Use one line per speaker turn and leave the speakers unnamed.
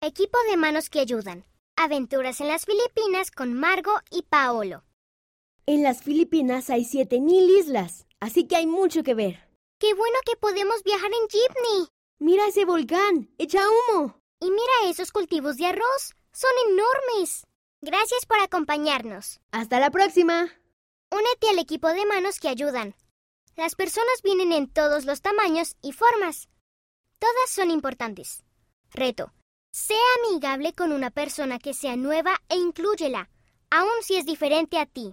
Equipo de manos que ayudan. Aventuras en las Filipinas con Margo y Paolo.
En las Filipinas hay 7000 islas, así que hay mucho que ver.
¡Qué bueno que podemos viajar en jeepney!
Mira ese volcán, echa humo.
Y mira esos cultivos de arroz, son enormes. Gracias por acompañarnos.
Hasta la próxima.
Únete al equipo de manos que ayudan. Las personas vienen en todos los tamaños y formas. Todas son importantes. Reto. Sea amigable con una persona que sea nueva e inclúyela, aun si es diferente a ti.